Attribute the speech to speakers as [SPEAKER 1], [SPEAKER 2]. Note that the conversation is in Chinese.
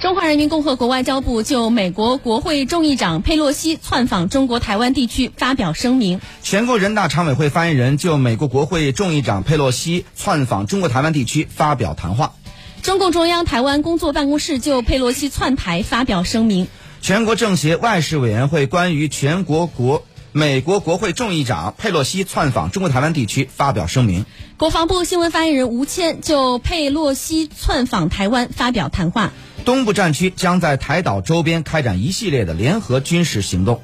[SPEAKER 1] 中华人民共和国外交部就美国国会众议长佩洛西窜访中国台湾地区发表声明。
[SPEAKER 2] 全国人大常委会发言人就美国国会众议长佩洛西窜访中国台湾地区发表谈话。
[SPEAKER 1] 中共中央台湾工作办公室就佩洛西窜台发表声明。
[SPEAKER 2] 全国政协外事委员会关于全国国美国国会众议长佩洛西窜访中国台湾地区发表声明。
[SPEAKER 1] 国防部新闻发言人吴谦就佩洛西窜访台湾发表谈话。
[SPEAKER 2] 东部战区将在台岛周边开展一系列的联合军事行动。